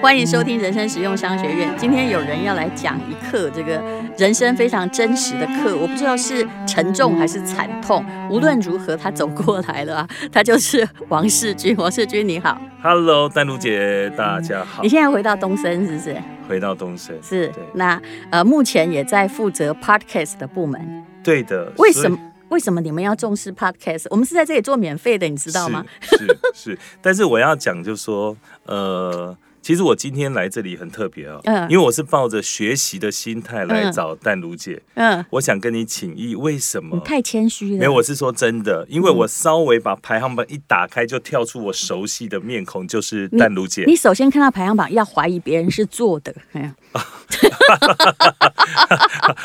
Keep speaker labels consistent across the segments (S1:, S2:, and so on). S1: 欢迎收听人生实用商学院。今天有人要来讲一课，这个人生非常真实的课，我不知道是沉重还是惨痛。无论如何，他走过来了啊， 他就是王世军。王世军，你好，
S2: Hello，丹如姐，大家好
S1: 你。现在回到东森是不是？
S2: 回到东森，
S1: 是
S2: 对。
S1: 那呃，目前也在负责 podcast 的部门。
S2: 对的。
S1: 为什
S2: 所
S1: 么？为什么你们要重视 podcast？我们是在这里做免费的，你知
S2: 以？
S1: 道吗？
S2: 是是是，但是我要讲，就是说，呃，其实我今天来这里很特别哦，
S1: 嗯
S2: 因为我是抱着学习的心态来
S1: 嗯
S2: 找淡如姐，
S1: 嗯，
S2: 我想跟你请益，为什
S1: 你
S2: 么？
S1: 太嗯谦虚了。
S2: 没有，我是说真的，因为我稍微把排行榜一打开，就跳出我熟悉的面孔，就是淡如姐。
S1: 你首先看到排行榜，要怀疑别人是做的，哎呀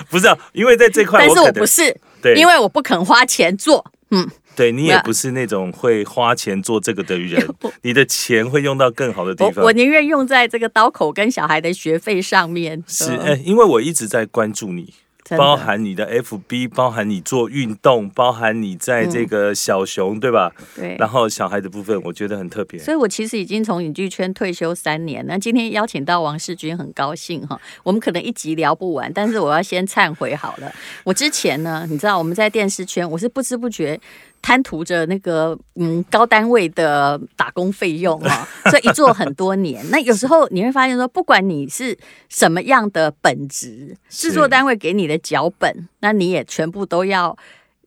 S2: 不是、啊，因为在这块，
S1: 但是我
S2: 可
S1: 不
S2: 能
S1: 是，
S2: 对，
S1: 因为我不肯花钱做。嗯，
S2: 对你
S1: 没
S2: 也
S1: 有
S2: 不是那种会花钱做这个 的人，你的钱会用到更好的地
S1: 我
S2: 方。
S1: 我宁愿用在这个刀口跟小孩的学费上面。
S2: 是，
S1: 嗯
S2: 哎、因为我一直在关注你，
S1: 真的
S2: 包含你的 FB，包含你做运动，包含你在这个小熊，对吧？
S1: 嗯对。
S2: 然后小孩的部分，我觉得很特别。
S1: 所以，我其实已经从影剧圈退休三年。那今天邀请到王世军，很高兴哈。我们可能一集聊不完，但是我要先忏悔好了。我之前呢，你知道我们在电视圈，我是不知不觉贪图着那个嗯高单位的打工费用哦， 所以一做很多年。那有时候你会发现说，不管你是什么样的本职，
S2: 是
S1: 制作单位给你的脚本，那你也全部都要。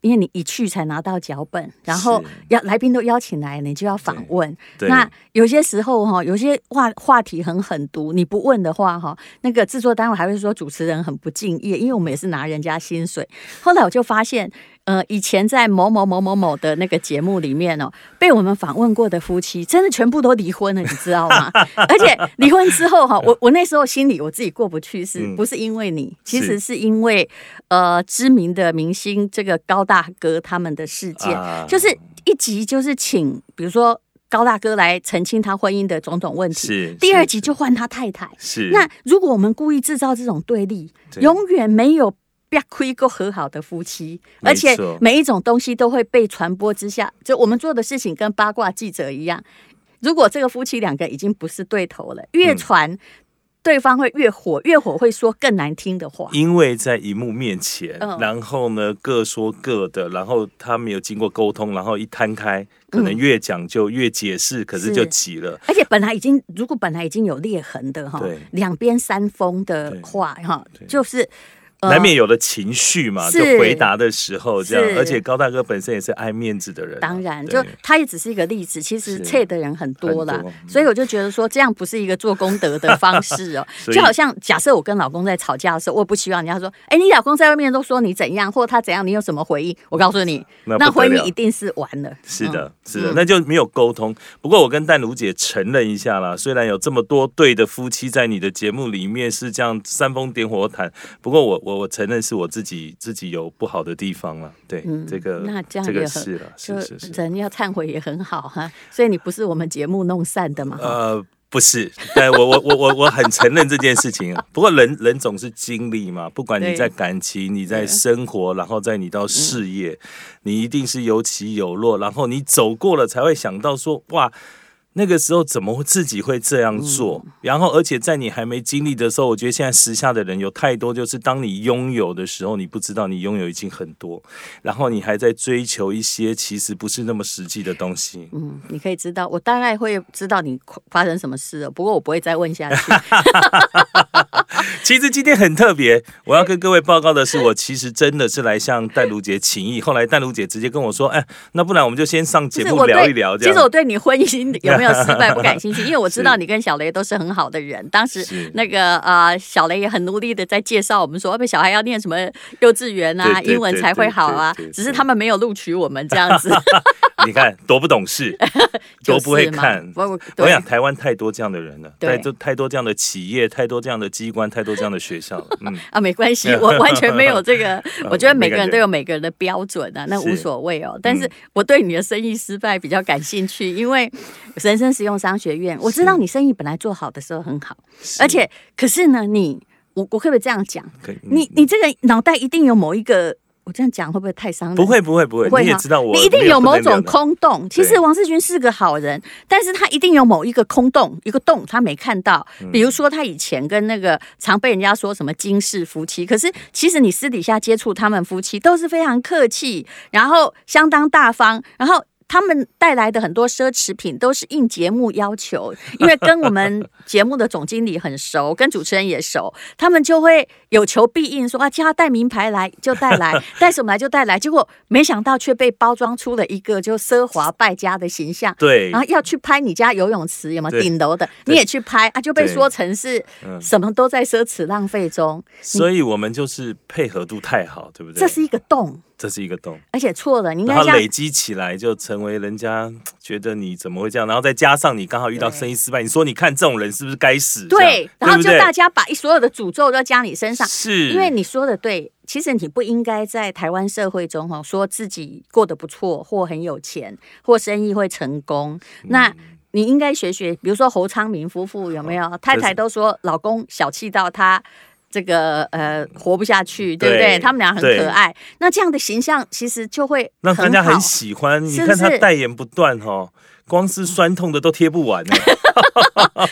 S1: 因为你一去才拿到脚本，然后
S2: 是
S1: 邀来宾都邀请来，你就要访
S2: 对
S1: 问。
S2: 对，
S1: 那有些时候哈，有些话话题很狠毒，你不问的话哈，那个制作单位还会说主持人很不敬业，因为我们也是拿人家薪水。后来我就发现，呃，以前在某某某某某的那个节目里面哦，被我们访问过的夫妻，真的全部都离婚了，你知道吗？ 而且离婚之后哈，我我那时候心里我自己过不去是，
S2: 嗯
S1: 不是因为你，其实
S2: 是
S1: 是因为呃知名的明星这个高大哥他们的事件。
S2: 啊
S1: 就是一集就是请，比如说高大哥来澄清他婚姻的种种问题，
S2: 是
S1: 第
S2: 是
S1: 二集就换他太太。
S2: 是
S1: 那如果我们故意制造这种对立，
S2: 对
S1: 永远没有。不要亏过和好的夫妻，
S2: 没
S1: 而且
S2: 错
S1: 每一种东西都会被传播之下，就我们做的事情跟八卦记者一样。如果这个夫妻两个已经不是对头了，越
S2: 嗯
S1: 传对方会越火，越火会说更难听的话。
S2: 因为在荧幕面前，
S1: 嗯
S2: 然后呢各说各的，然后他没有经过沟通，然后一摊开，可能越讲究越解释，可是
S1: 嗯是
S2: 就急了。
S1: 而且本来已经，如果本来已经有裂痕的哈
S2: 对，
S1: 两边三峰的话哈，
S2: 对
S1: 就是、
S2: 难免有了情绪嘛，
S1: 嗯是
S2: 就回答的时候这
S1: 是
S2: 样，而且高大哥本身也是爱面子的人啊、
S1: 当然，就
S2: 对
S1: 他也只是一个例子，其实
S2: 是
S1: 切的人很多啦
S2: 很多，嗯
S1: 所以我就觉得说这样不是一个做功德的方式哦、
S2: 所以
S1: 就好像假设我跟老公在吵架的时候，我也不希望人家说，哎、你老公在外面都说你怎样，或他怎样，你有什么回应？我告诉你，
S2: 那
S1: 那
S2: 不得
S1: 婚姻
S2: 了
S1: 一。定是完了。
S2: 是
S1: 嗯
S2: 的，是的，那就没有沟通。不过我跟淡如姐承认一下啦，虽然有这么多对的夫妻在你的节目里面是这样煽风点火谈，不过我我我承认是我自己自己有不好的地方了。对，这个
S1: 嗯那这样
S2: 个
S1: 也很
S2: 呃是了，
S1: 就是
S2: 是是，
S1: 人要忏悔也很好哈，所以你不是我们节目弄散的嘛？哈
S2: 呃。不是， 但我我我我我很承认这件事情啊。不过人人总是经历嘛，不管你
S1: 对
S2: 在感情、你在
S1: 对啊嗯
S2: 生活，然后在你到事业，你一定是有起有落，然后你走过了才会想到说，哇，那个时候怎么会自己会这样做？
S1: 嗯
S2: 然后，而且在你还没经历的时候，我觉得现在时下的人有太多，就是当你拥有的时候，你不知道你拥有已经很多，然后你还在追求一些其实不是那么实际的东西。
S1: 嗯，你可以知道，我大概会知道你发生什么事了，不过我不会再问下去。
S2: 其实今天很特别，我要跟各位报告的是，我其实真的是来向淡如姐请益。后来淡如姐直接跟我说：“哎，那不然我们就先上节
S1: 就是
S2: 目
S1: 我对，
S2: 聊一聊。”这
S1: 其实
S2: 样
S1: 我对你婚 姻有没有失败不感兴趣，因为我知道你跟小雷都是很好的人。当时
S2: 是
S1: 那个呃，小雷也很努力的在介绍我们说，哦小孩要念什么幼稚园啊，
S2: 对对
S1: 英文才会好啊
S2: 对对对。对
S1: 只是他们没有录取我们这样 子，
S2: 你看多不懂事，
S1: 就
S2: 多
S1: 是
S2: 不会
S1: 嘛
S2: 看。
S1: 我
S2: 我想
S1: 对。
S2: 台湾太多这样的人了，
S1: 对
S2: 太多太多这样的企业，太多这样的机关，太多这样的学校了。嗯，
S1: 啊，没关系，我完全没有这 个。我觉得每个人
S2: 没感觉
S1: 都有每个人的标准啊，那
S2: 是嗯
S1: 无所谓哦。但是我对你的生意失败比较感兴趣，因为人生实用商学院，我知道你生意本来做好的时候很好， 而且可是呢，你我我可不可以这样讲？
S2: 可以嗯
S1: 你你这个脑袋一定有某一个我这样讲会不会太伤人？
S2: 不会不会不会，
S1: 不会
S2: 你也
S1: 哈
S2: 知道我
S1: 你一定
S2: 没
S1: 有
S2: 不
S1: 某
S2: 能
S1: 种
S2: 聊的
S1: 空洞。其实
S2: 对
S1: 王世军是个好人，但是他一定有某一个空洞，一个洞他没看到。
S2: 嗯
S1: 比如说，他以前跟那个常被人家说什么金氏夫妻，可是其实你私底下接触他们夫妻都是非常客气，然后相当大方，然后。他们带来的很多奢侈品都是应节目要求，因为跟我们节目的总经理很熟，跟主持人也熟，他们就会有求必应说啊，叫他带名牌来就带来， 带什么来就带来。结果没想到却被包装出了一个就奢华败家的形象。
S2: 对
S1: 然后要去拍啊你家游泳池有没有
S2: 对
S1: 顶楼的，
S2: 对
S1: 你也去拍啊，就被说成是
S2: 嗯
S1: 什么都在奢侈浪费中，
S2: 所以我们就是配合度太好，对不对？
S1: 这是一个洞，
S2: 这是一个洞，
S1: 而且错了，你应
S2: 然
S1: 该
S2: 后
S1: 像
S2: 累积起来就成为人家觉得你怎么会这样，然后再加上你刚好遇到
S1: 对
S2: 生意失败，你说你看这种人是不是该死？
S1: 对，
S2: 这
S1: 然后
S2: 样
S1: 就大家把一所有的诅咒都加你身上，
S2: 是，
S1: 因为你说的对，其实你不应该在台湾社会中哈说自己过得不错，或很有钱，或生意会成功。
S2: 嗯
S1: 那你应该学学，比如说侯昌明夫妇有没有？太太都说老公小气到他。这个呃，活不下去，对不对？
S2: 对
S1: 他们俩很
S2: 对
S1: 可爱，那这样的形象其实就会
S2: 让大家
S1: 好
S2: 很喜欢。你
S1: 是不
S2: 看他
S1: 是嗯
S2: 代言不断哦，光是酸痛的都贴 不完呢。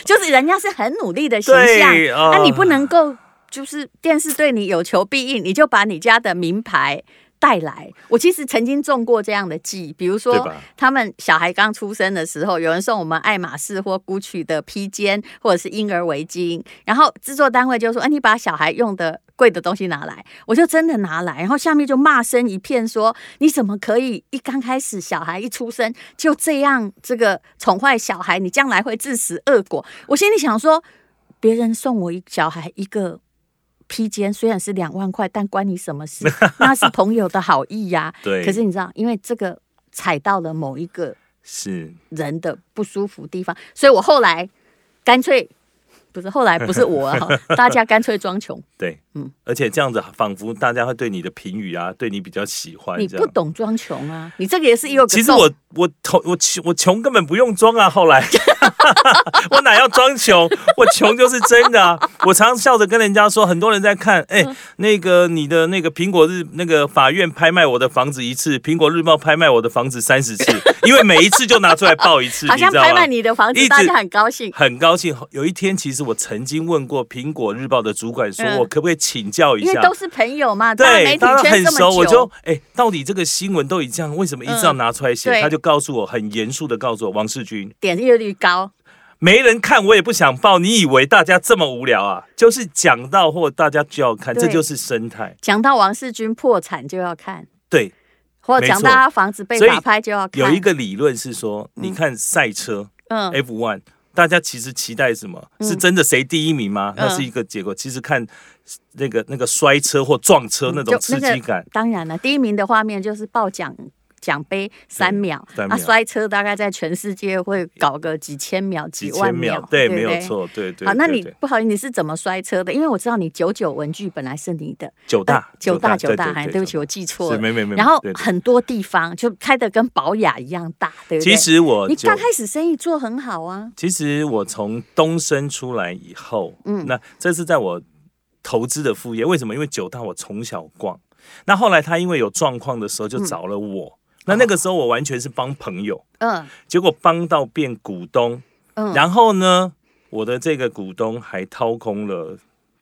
S1: 就是人家是很努力的形象，
S2: 对，哦
S1: 那、
S2: 那
S1: 啊你不能够就是电视对你有求必应，你就把你家的名牌带来。我其实曾经中过这样的计，比如
S2: 对
S1: 说
S2: 吧？
S1: 他们小孩刚出生的时候，有人送我们爱马仕或 GUCCI 的披肩或者是婴儿围巾，然后制作单位就说：“哎、你把小孩用的。”贵的东西拿来，我就真的拿来，然后下面就骂声一片说你怎么可以一刚开始小孩一出生就这样这个宠坏小孩，你将来会自食恶果。我心里想说，别人送我一小孩一个披肩，虽然是两万块，但关你什么事？ 那是朋友的好意呀、
S2: 对，
S1: 可是你知道，因为这个踩到了某一个
S2: 是
S1: 人的不舒服地方，所以我后来干脆不是后来不是我 啊，大家干脆装穷。
S2: 对，
S1: 嗯
S2: 嗯，而且这样子仿佛大家会对你的评语啊，对你比较喜欢。
S1: 你
S2: 这
S1: 不
S2: 样。
S1: 懂装穷 啊，你这个也是有个
S2: 其实
S1: 洞
S2: 我我穷我穷我穷根本不用装啊，后来 我哪要装穷，我穷就是真的啊。我常常笑着跟人家说，很多人在看，哎、
S1: 嗯
S2: 那个你的那个苹果日那个法院拍卖我的房子一次，苹果日报拍卖我的房子三十次，因为每一次就拿出来报一 次，
S1: 好
S2: 你
S1: 像
S2: 知道
S1: 拍
S2: 吗
S1: 卖？你的房
S2: 一
S1: 子，
S2: 直
S1: 大家很高兴。
S2: 很高兴，有一天其实我曾经问过苹果日报的主管说，
S1: 嗯
S2: 我可不可以请教一
S1: 因为
S2: 下？
S1: 都是朋友嘛，大媒
S2: 对，
S1: 体
S2: 大家
S1: 圈
S2: 很
S1: 这
S2: 熟，
S1: 么
S2: 我就
S1: 久，
S2: 哎、到底这个新闻都已这样，为什么一直要拿出来
S1: 嗯
S2: 写？
S1: 对
S2: 他就告诉我，很严肃的告诉我，王世军
S1: 点阅率高，
S2: 没人看，我也不想报。你以为大家这么无聊啊？就是讲到或大家就要看，
S1: 对
S2: 这就是生态。
S1: 讲到王世军破产就要看。
S2: 对，
S1: 或者讲
S2: 没错
S1: 到他房子被
S2: 所以
S1: 法拍就要看，
S2: 有一个理论是说，你看赛车、
S1: 嗯
S2: F one，大家其实期待什么？是真的谁第一名吗？
S1: 嗯
S2: 那是一个结果。其实看那个那个摔车或撞车那
S1: 嗯
S2: 种
S1: 就
S2: 刺
S1: 那个
S2: 激感，
S1: 当然了，第一名的画面就是报奖奖杯三秒，
S2: 三
S1: 啊，
S2: 秒
S1: 摔车大概在全世界会搞个几千秒、
S2: 几
S1: 万
S2: 千秒，
S1: 对
S2: 对，
S1: 不
S2: 没
S1: 对，
S2: 有错，对对。
S1: 好，那
S2: 对
S1: 你
S2: 对
S1: 不好意思，你是怎么摔车的？因为我知道你九九文具本来是你的，
S2: 九大
S1: 呃九大九大，
S2: 还
S1: 哎，对不起，我记错
S2: 是
S1: 了。
S2: 没没没。
S1: 然后
S2: 对对
S1: 很多地方就开的跟宝雅一样大，对不对？
S2: 其实我
S1: 你
S2: 就
S1: 刚开始生意做很好啊，
S2: 其实我从东升出来以后，
S1: 嗯
S2: 嗯，那这是在我投资的副业。为什么？因为九大我从小逛，那后来他因为有状况的时候就找了
S1: 哦
S2: 我。那那个时候我完全是帮朋友，
S1: 嗯
S2: 结果帮到变股东，
S1: 嗯，
S2: 然后呢，我的这个股东还掏空了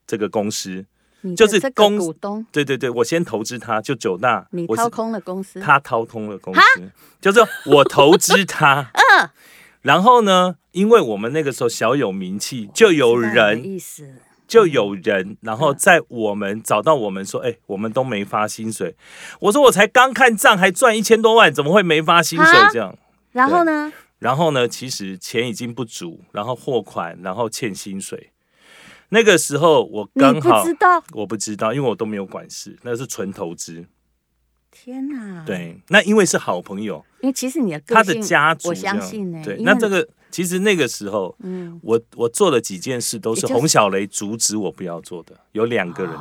S2: 这个公司。
S1: 你的
S2: 就是
S1: 这个
S2: 公
S1: 股东，
S2: 对对对，我先投资他，就九大，
S1: 你
S2: 我是
S1: 掏空了公司，
S2: 他掏空了公司，就是我投 资他，
S1: 嗯
S2: 然后呢，因为我们那个时候小有名气，就有
S1: 知道你的
S2: 人
S1: 意思，
S2: 就有人，然后在我们找到我们说，哎、我们都没发薪水。我说我才刚看账，还赚一千多万，怎么会没发薪水
S1: 啊
S2: 这样？
S1: 然后呢？
S2: 然后呢，其实钱已经不足，然后货款，然后欠薪水。那个时候我
S1: 你
S2: 刚
S1: 不
S2: 好
S1: 知道，
S2: 我不知道，因为我都没有管事，那是纯投资。
S1: 天哪！，
S2: 对，那因为是好朋友，
S1: 因为其实你的个
S2: 他的
S1: 性，
S2: 家族
S1: 我
S2: 这样，
S1: 相信呢
S2: 对，
S1: 因为
S2: 那这个其实那个时候，
S1: 嗯，
S2: 我我做了几件事都
S1: 也
S2: 是
S1: 就是哦
S2: 洪小雷阻止我不要做的，有两个人，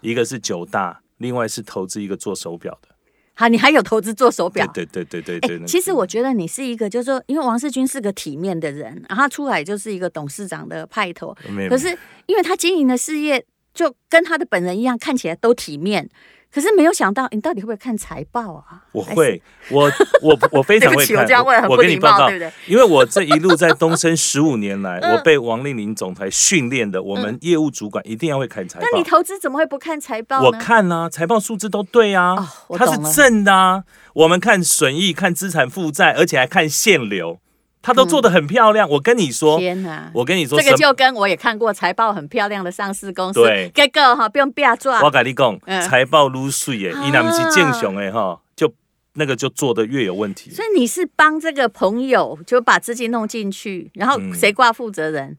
S2: 一个是九大，另外是投资一个做手表的。
S1: 好，你还有投资做手表。
S2: 对对对对对
S1: 哎
S2: 对。那个
S1: 其实我觉得你是一个，就是说，因为王世军是个体面的人，然后他出来就是一个董事长的派头，
S2: 没有，
S1: 可是因为他经营的事业就跟他的本人一样，看起来都体面，可是没有想到，你到底会不会看财报啊？
S2: 我
S1: 还是，
S2: 会，我我我非常
S1: 对不
S2: 会
S1: 起我
S2: 看。
S1: 这样问很
S2: 我
S1: 不
S2: 跟你
S1: 礼貌
S2: 报告
S1: 对不嗯对，
S2: 因为我这一路在东升十五 年来，我被王丽玲总裁训练的，我
S1: 嗯
S2: 们业务主管一定要会看财
S1: 那你
S2: 报。
S1: 投资怎么会不看财哦报呢？
S2: 我看啦、财报数字都对啊，
S1: 哦我
S2: 它
S1: 懂了
S2: 是正的啊。我们看损益、看资产负债，而且还看现流，它都做得很漂亮。我跟你说，
S1: 嗯天哪！
S2: 我跟你说
S1: 这
S2: 什
S1: 个
S2: 么，
S1: 就跟我也看过财报很漂亮的上市公司，
S2: 对
S1: 结果哈不用变抓
S2: 我，跟你讲，
S1: 嗯
S2: 财报撸水耶，
S1: 啊
S2: 伊那不是正常的哈，就那个就做的越有问题。
S1: 所以你是帮这个朋友就把资金弄进去，然后
S2: 嗯
S1: 谁挂负责人？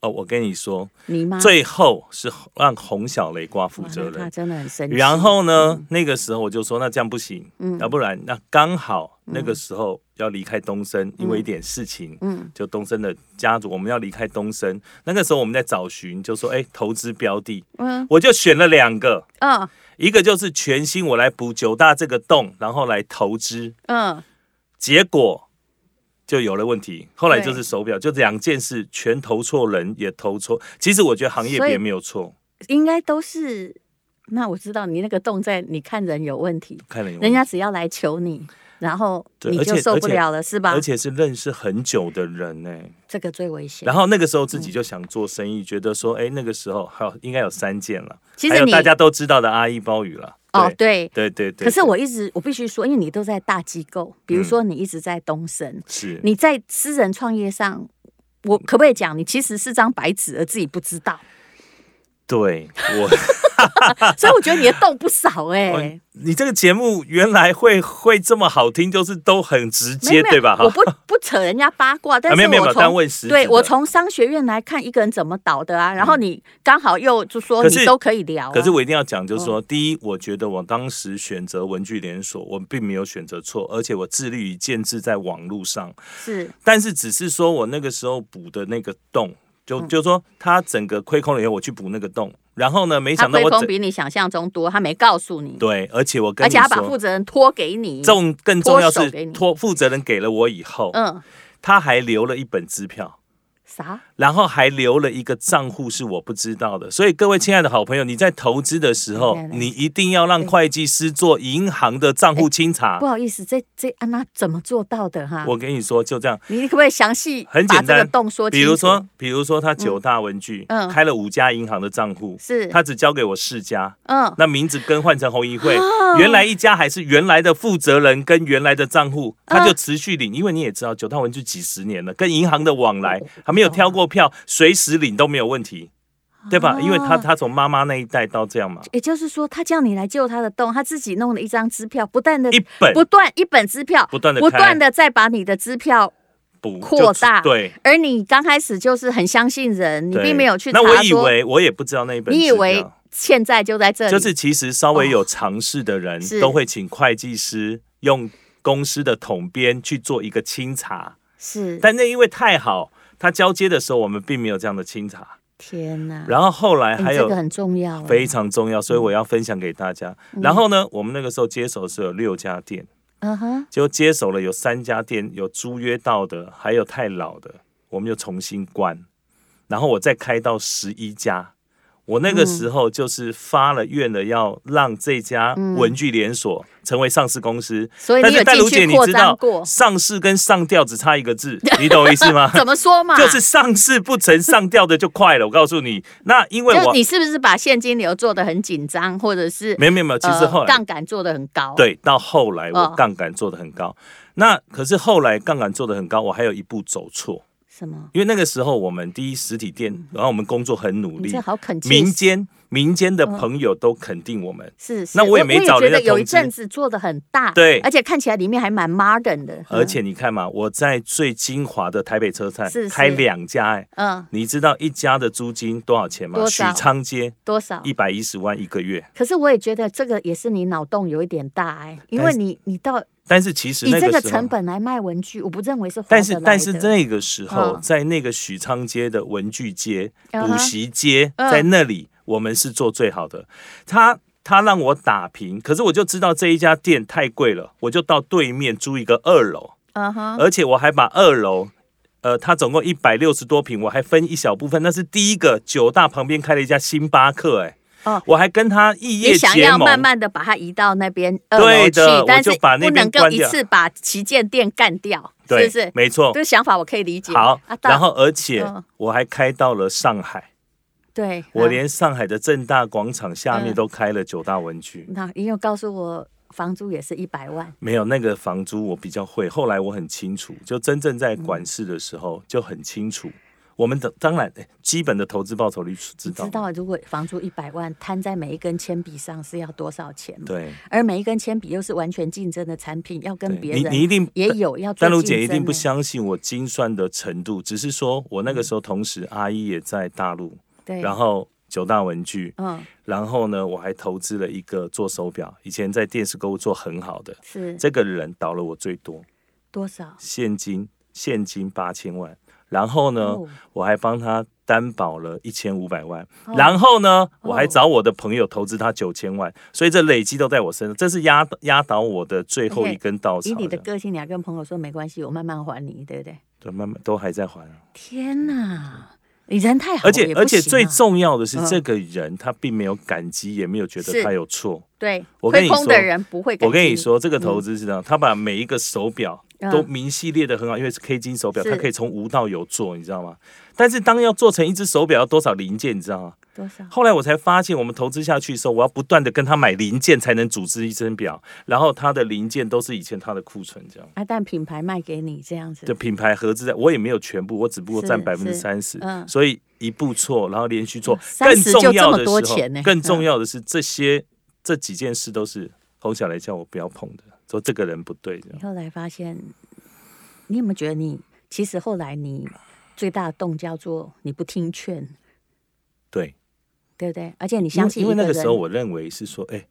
S2: 哦，我跟你说，
S1: 你吗？
S2: 最后是让洪小雷挂负
S1: 哇
S2: 责
S1: 那他
S2: 人。
S1: 真的很生气。
S2: 然后呢，那个时候我就说，那这样不行，啊
S1: 嗯
S2: 要不然那刚好那个时候要离开东升，因为一点事情。
S1: 嗯，
S2: 就东升的家族，我们要离开东升。那个时候我们在找寻，就说哎、投资标的，
S1: 嗯
S2: 我就选了两个，
S1: 嗯
S2: 一个就是全新我来补九大这个洞，然后来投资，
S1: 嗯，
S2: 结果就有了问题。后来
S1: 对
S2: 就是手表，就两件事全投错人，也投错。其实我觉得行业
S1: 所以
S2: 别没有错，
S1: 应该都是。那我知道你那个洞在，你看人有问题，
S2: 看了有
S1: 人家只要来求你，然后
S2: 对
S1: 你
S2: 而
S1: 就
S2: 且
S1: 受不了了，是吧
S2: 而？且是认识很久的人哎呢、
S1: 这个最危险
S2: 然。后那个时候
S1: 嗯
S2: 自己就想做生意，觉得说，哎，那个时候还有应该有三件了，
S1: 其
S2: 还
S1: 实
S2: 有
S1: 你
S2: 大家都知道的阿姨包雨了。
S1: 哦，
S2: 对
S1: 对。
S2: 对对对。
S1: 可是
S2: 对
S1: 我一直我必须说，因为你都在大机构，比如
S2: 嗯
S1: 说你一直在东升，
S2: 是
S1: 你在私人创业上，
S2: 嗯
S1: 我可不可以讲，你其实是张白纸，而自己不知 道？
S2: 对 我。
S1: 所以我觉得你的洞不少哎、
S2: 哦 你这个节目原来会会这么好听，就是都很直
S1: 没
S2: 接，
S1: 有没
S2: 对
S1: 有
S2: 吧？，啊
S1: 我不不扯人家八 卦，但
S2: 啊，没
S1: 是
S2: 有没有，
S1: 我
S2: 没有但
S1: 从
S2: 问实质的，
S1: 对我从商学院来看一个人怎么倒的啊，然后你刚好又就说
S2: 嗯可是
S1: 你都可以聊、啊，
S2: 可是我一定要讲，就是
S1: 哦
S2: 说，第一，我觉得我当时选择文具连锁，我并没有选择错，而且我致力于建制在网络上，
S1: 是
S2: 但是只是说我那个时候补的那个洞，就
S1: 嗯
S2: 就是说它整个亏空了以后，我去补那个洞，然后呢，没
S1: 他
S2: 想到
S1: 亏
S2: 我
S1: 空
S2: 整
S1: 比你想象中多，他没告诉你，
S2: 对，而且我跟
S1: 而
S2: 你
S1: 且他把
S2: 说
S1: 负，责人托给你，
S2: 重更重要
S1: 脱
S2: 是
S1: 手给你
S2: 托负责人给了我以后，
S1: 嗯
S2: 他还留了一本支票。
S1: 啥？
S2: 然后还留了一个账户是我不知道的，所以各位亲爱的好朋友，你在投资的时候
S1: 来来，来
S2: 你一定要让会计师做银行的账户清查
S1: 哎不。好意思，这这安娜怎么做到的哈？
S2: 我跟你说，就这样，
S1: 你可不可以详细
S2: 很
S1: 把
S2: 简
S1: 这个
S2: 单
S1: 洞说清
S2: 比
S1: 楚？
S2: 如说，比如说他九大文具
S1: 嗯
S2: 开了五家银行的账户，
S1: 是
S2: 他只交给我四家，
S1: 嗯。
S2: 那名字更换成红一会
S1: 哦，
S2: 原来一家还是原来的负责人跟原来的账户，
S1: 嗯
S2: 他就持续领，因为你也知道九大文具几十年了，跟银行的往
S1: 哦
S2: 来还没有挑过票，随时领都没有问题。对吧？因为他
S1: 哦
S2: 他从妈妈那一代到这样嘛，
S1: 也就是说，他叫你来救他的洞，他自己弄了一张支票，不断的
S2: 一本
S1: 不断一本支票，
S2: 不断地
S1: 不
S2: 开
S1: 断的再把你的支票，
S2: 补
S1: 扩大
S2: 就对，
S1: 而你刚开始就是很相信人，你
S2: 对
S1: 并没有去查
S2: 那
S1: 说，
S2: 我以为我也不知道那一本，
S1: 你以为。现在就在这里，哦
S2: 就是其实稍微有尝试的人
S1: 是
S2: 都会请会计师用公司的统编去做一个清查，
S1: 是
S2: 但那因为太好，他交接的时候我们并没有这样的清查。
S1: 天哪，
S2: 然后后来
S1: 哎
S2: 还
S1: 这
S2: 有
S1: 个很重要，欸嗯
S2: 非常重要，所以我要分享给大家。然后呢，我们那个时候接手是有六家店，
S1: 嗯哼，
S2: 结果接手了有三家店有租约到的，还有太老的，我们就重新关，然后我再开到十一家。我那个
S1: 嗯
S2: 时候就是发了愿了，要让这家文具连锁成为上市公司。
S1: 嗯所以
S2: 但
S1: 你有
S2: 是戴
S1: 进
S2: 茹姐，
S1: 去
S2: 你
S1: 扩
S2: 知
S1: 张
S2: 道
S1: 过，
S2: 上市跟上吊只差一个 字，你懂我意思吗？
S1: 怎么说嘛？
S2: 就是上市不成，上吊的就快了。我告诉你，那因为
S1: 就
S2: 我
S1: 你是不是把现金流做的很紧张，或者是
S2: 没有没有没有，其实
S1: 呃
S2: 后来
S1: 杠杆做的很高，，
S2: 对，到后来我
S1: 哦
S2: 杠杆做的很高。那可是后来杠杆做的很高，我还有一步走错。
S1: 什么？
S2: 因为那个时候我们第一实体店，然后我们工作很努
S1: 你
S2: 力
S1: 这，好恳切，
S2: 民间民间的朋友都肯定我们，
S1: 是，是
S2: 那我也没找
S1: 觉
S2: 人家
S1: 得有一
S2: 通知
S1: 阵子做的很大，
S2: 对
S1: 而且看起来里面还蛮 modern 的，
S2: 而且你看嘛，我在最精华的台北车站
S1: 是是
S2: 开两家，哎，
S1: 嗯，
S2: 你知道一家的租金多少钱吗？
S1: 多
S2: 许
S1: 少哦
S2: 昌街
S1: 多少？
S2: 一百一十万一个月，
S1: 可是我也觉得这个也是你脑洞有一点大哎、因为
S2: 但是
S1: 你你到
S2: 但是其实
S1: 以
S2: 那
S1: 这个
S2: 时候
S1: 成。本来卖文具，我不认为是划得
S2: 但是
S1: 来
S2: 但是
S1: 的
S2: 那个时候，
S1: 嗯
S2: 在那个许昌街的文具街、
S1: 嗯
S2: 补
S1: 哼
S2: 习街，
S1: 嗯
S2: 在那里我们是做最好的。他他让我打平，可是我就知道这一家店太贵了，我就到对面租一个二楼，
S1: 嗯哼，
S2: 而且我还把二楼。呃，它总共一百六十多平，我还分一小部分，那是第一个九大旁边开了一家星巴克、哎，
S1: 哦
S2: 我还跟他异
S1: 你
S2: 业
S1: 想
S2: 结
S1: 要
S2: 盟。
S1: 慢慢的把它移到那边二楼
S2: 对
S1: 去
S2: 的，
S1: 但
S2: 我就是把那
S1: 不
S2: 边
S1: 能够
S2: 关
S1: 一
S2: 掉
S1: 次把旗舰店干掉，是
S2: 对，
S1: 不是？
S2: 没错
S1: 这。个想法我可以理解。
S2: 好，
S1: 啊到
S2: 然后而且
S1: 嗯
S2: 我还开到了上海，
S1: 对，
S2: 我
S1: 嗯
S2: 连上海的正大广场下面
S1: 嗯
S2: 都开了九大文具。
S1: 那因为告诉我房租也是一百万，
S2: 没有那个房租我比较会，后来我很清楚，就真正在
S1: 嗯
S2: 管事的时候就很清楚。我们的当然哎基本的投资报酬率是知
S1: 你
S2: 道
S1: 知
S2: 的，
S1: 道如果房租一百万摊在每一根铅笔上是要多少钱吗？
S2: 对，
S1: 而每一根铅笔又是完全竞争的产品，要跟
S2: 对
S1: 别
S2: 你
S1: 人
S2: 你一定
S1: 也有要做
S2: 丹如
S1: 竞
S2: 姐一定
S1: 争
S2: 不
S1: 欸
S2: 相信我精算的程度，只是说我那个时候同时阿姨也在大陆，
S1: 对，
S2: 然后九大文具，
S1: 嗯
S2: 然后呢我还投资了一个做手表，以前在电视购物做很好的，
S1: 是
S2: 这个人倒了我最多，
S1: 多少？
S2: 现金现金八千万，然后呢、
S1: 哦
S2: 我还帮他担保了一千五百万，然后
S1: 哦
S2: 呢我还找我的朋友投资他九千万，所以这累积都在我身上，这是压压倒我的最后一根稻草
S1: 以你的
S2: 的，
S1: 个性，你还跟朋友说没关系，我慢慢还你，对不对？
S2: 对，慢慢都还在还啊。
S1: 天哪，你人太好，
S2: 而且、
S1: 哦也不
S2: 而且
S1: 行
S2: 最
S1: 啊
S2: 重要的是
S1: 嗯，
S2: 这个人他并没有感激，也没有觉
S1: 是
S2: 得他有错。
S1: 对，
S2: 我跟
S1: 会
S2: 你
S1: 空的
S2: 说
S1: 人不会感
S2: 我跟你
S1: 激，
S2: 说，这个投资是这样，他把每一个手表
S1: 嗯
S2: 都明细列的很好，因为是 K 金手表，
S1: 是
S2: 它可以从无到有做，你知道吗？但是当要做成一只手表，要多少零件，你知道吗？
S1: 多少？
S2: 后来我才发现，我们投资下去的时候，我要不断的跟他买零件，才能组织一身表。然后他的零件都是以前他的库存这样。
S1: 啊，但品牌卖给你这样子
S2: 的，品牌合资在，我也没有全部，我只不过占
S1: 是
S2: 百分之三
S1: 是
S2: 十
S1: 嗯，
S2: 所以一步错，然后连续错，
S1: 30
S2: 更
S1: 就
S2: 重要
S1: 这么
S2: 的
S1: 多
S2: 时
S1: 钱呢嗯
S2: 候，更重要的是这些这几件事都是洪小雷叫我不要碰的，说这个人不对这样
S1: 你后来发现，你有没有觉得你其实后来你最大的动叫做你不听劝，
S2: 对，
S1: 对不对？而且你相信
S2: 因
S1: 一
S2: 为因为那
S1: 个
S2: 个时
S1: 人
S2: 候我认为是说，哎，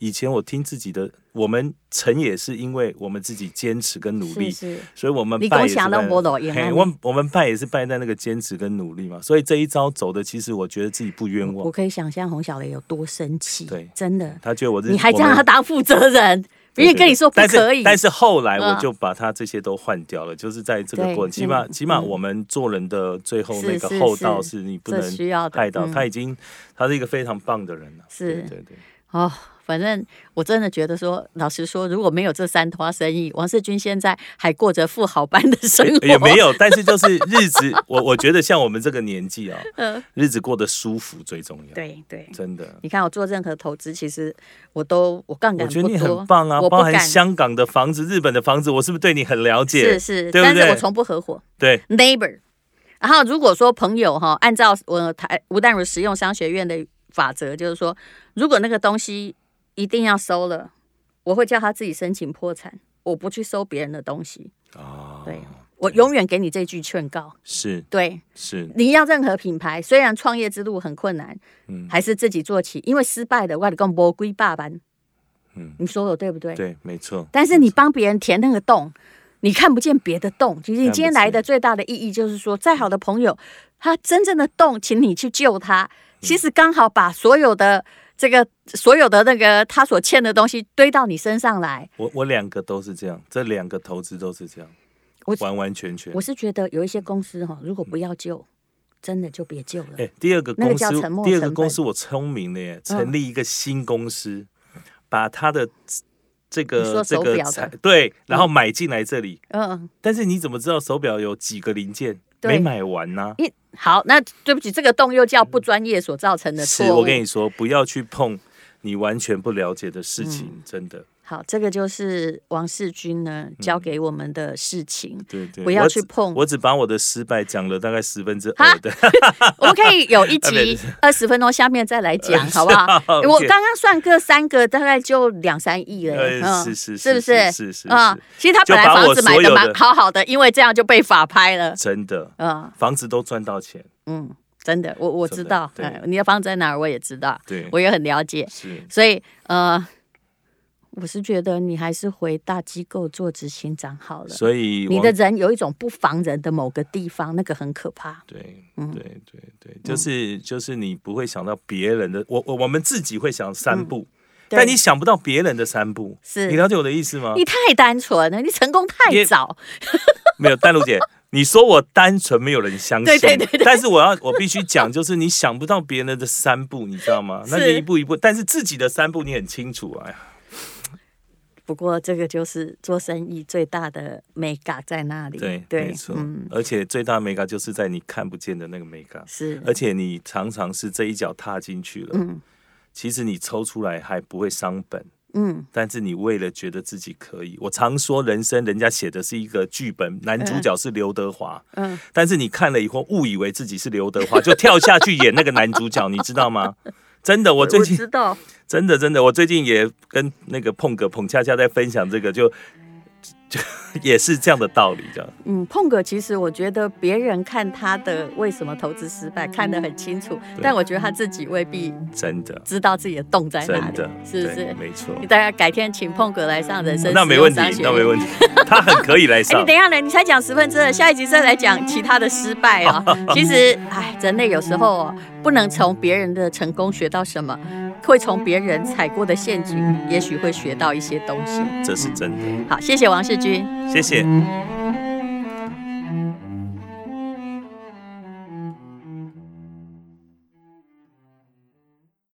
S2: 以前我听自己的，我们成也是因为我们自己坚持跟努力
S1: 是，是
S2: 所以我们
S1: 你
S2: 拜
S1: 讲
S2: 也是
S1: 啥
S2: 拜
S1: 都没路用啊
S2: 嘿
S1: 你
S2: 我们我们拜也是拜在那个坚持跟努力嘛，所以这一招走的，其实我觉得自己不冤
S1: 我
S2: 枉，
S1: 可以想象洪小雷有多生气，
S2: 对
S1: 真的，
S2: 他觉得我是
S1: 你还
S2: 我
S1: 让
S2: 们
S1: 他当负责人，别人跟你说不
S2: 但是
S1: 可以，
S2: 但是后来我
S1: 嗯
S2: 就把它这些都换掉了，就是在这个
S1: 对
S2: 过程，起
S1: 嗯
S2: 码起码
S1: 嗯
S2: 我们做人的最后
S1: 是
S2: 那个
S1: 是
S2: 厚道
S1: 是
S2: 是你不
S1: 这
S2: 能
S1: 需要的
S2: 害到
S1: 嗯
S2: 他已经他是一个非常棒的人了，啊
S1: 是
S2: 对对对，
S1: 哦，反正我真的觉得说，老实说，如果没有这三花生意，王世军现在还过着富豪般的生活，
S2: 也没有，但是就是 日子，我我觉得像我们这个年纪啊、日子过得舒服最重要，
S1: 嗯对对。
S2: 真的。
S1: 你看我做任何投资，其实我都我杠杆
S2: 我
S1: 不
S2: 觉
S1: 多，
S2: 得你很棒啊，
S1: 我不
S2: 包含
S1: 敢
S2: 香港的房子、日本的房子，我是不是对你很了解？
S1: 是是，
S2: 对
S1: 但
S2: 不
S1: 是我
S2: 对？
S1: 从不合伙
S2: 对，
S1: neighbor。然后如果说朋友哈，按照我呃台吴淡如实用商学院的法则，就是说，如果那个东西一定要收了，我会叫他自己申请破产，我不去收别人的东西。
S2: 啊，
S1: 对，我永远给你这句劝告。
S2: 是
S1: 对，
S2: 是，
S1: 你要任何品牌，虽然创业之路很困难，
S2: 嗯
S1: 还是自己做起，因为失败的外公魔归爸班。
S2: 嗯
S1: 你说的对不对？
S2: 对，没错。
S1: 但是你帮别人填那个洞，你看不见别的洞。其实你
S2: 看不
S1: 今天来
S2: 见
S1: 的最大的意义就是说，再好的朋友，他真正的洞，请你去救
S2: 嗯
S1: 他。其实刚好把所有的这个所有的那个他所欠的东西堆到你身上来。
S2: 我我两个都是这样，这两个投资都是这样，
S1: 我
S2: 完完全全
S1: 我。是觉得有一些公司哈，如果不要救，真的就别救了。
S2: 嗯哎，第二个
S1: 那个
S2: 公司
S1: 叫沉，没
S2: 第
S1: 成
S2: 二个
S1: 本嗯
S2: 公司我聪明了耶，成立一个新公司，把他的这
S1: 你
S2: 个
S1: 说
S2: 这
S1: 手
S2: 个
S1: 表的
S2: 财对，然后买进来这里。
S1: 嗯，
S2: 但是你怎么知道手表有几个零件
S1: 对
S2: 没买完呢？
S1: 一好，那对不起，这个洞又叫不专业所造成的错
S2: 是
S1: 误。
S2: 我跟你说，不要去碰你完全不了解的事情，
S1: 嗯
S2: 真的。
S1: 好，这个就是王世军呢
S2: 嗯
S1: 交给我们的事情。
S2: 对对，
S1: 不要
S2: 我
S1: 去
S2: 只
S1: 碰
S2: 我只把我的失败讲了大概十分之
S1: 哈
S2: 二的，
S1: 我们可以有一
S2: 没
S1: 集
S2: 事
S1: 二十分钟，下面再来讲，好不好
S2: 好？，OK 呃
S1: 我刚刚算各三个，大概就两三亿了，
S2: 呃
S1: 嗯
S2: 是是
S1: 是不
S2: 是
S1: 是？
S2: 是是
S1: 嗯
S2: 是，
S1: 其实他本来
S2: 就把
S1: 房
S2: 我
S1: 子买
S2: 所有
S1: 的
S2: 的
S1: 蛮好好的，因为这样就被法拍了，
S2: 真的，
S1: 嗯
S2: 房子都赚到钱，
S1: 嗯，真的，我我
S2: 真
S1: 知
S2: 的
S1: 道，
S2: 对
S1: 哎你的房子在哪儿我也知道，
S2: 对，
S1: 我也很了解，
S2: 是。
S1: 所以呃，我是觉得你还是回大机构做执行长好了。
S2: 所以
S1: 你
S2: 王
S1: 的人有一种不防人的某个地方，那个很可怕。
S2: 对
S1: 嗯
S2: 对对对，就是就是你不会想到别人的，我我我们自己会想三步，
S1: 嗯对
S2: 但你想不到别人的三步，
S1: 是
S2: 你了解我的意思吗
S1: 你？太单纯了，你成功太
S2: 也
S1: 早，
S2: 没有，丹如姐，你说我单纯，没有人相信。
S1: 对对对对
S2: 但是我要，我必须讲，就是你想不到别人的三步，你知道吗？那就是一步一步，但是自己的三步你很清楚啊。哎呀
S1: 不过这个就是做生意最大的 mega 在那里，
S2: 对，没错。
S1: 嗯，
S2: 而且最大的 mega 就是在你看不见的那个 mega，
S1: 是，
S2: 而且你常常是这一脚踏进去了，
S1: 嗯
S2: 其实你抽出来还不会伤本。
S1: 嗯，
S2: 但是你为了觉得自己可以，我常说人生人家写的是一个剧本，男主角是刘德华，
S1: 嗯
S2: 但是你看了以后误以为自己是刘德华，就跳下去演那个男主角，你 知道吗？真的，我最
S1: 我
S2: 近
S1: 知道，
S2: 真的真的，我最近也跟那个碰哥碰恰恰在分享这个，就就 也是这样的道理，这样
S1: 嗯，碰哥其实我觉得别人看他的为什么投资失败看得很清楚，
S2: 对
S1: 但我觉得他自己未必
S2: 真的
S1: 知道自己的洞在哪
S2: 真
S1: 里
S2: 的，
S1: 是不
S2: 对
S1: 是？
S2: 没错，
S1: 你大概改天请碰哥来上人生，
S2: 那没问题，那没
S1: 题。
S2: 问题，他很可以来
S1: 哎，
S2: 上
S1: 你等。一下呢，你才讲十分之二，下一集再来讲其他的失败啊、其实，哎，人类有时候哦不能从别人的成功学到什么，会从别人踩过的陷阱，也许会学到一些东西。
S2: 这是真的，
S1: 好，谢谢王世军。
S2: 谢谢。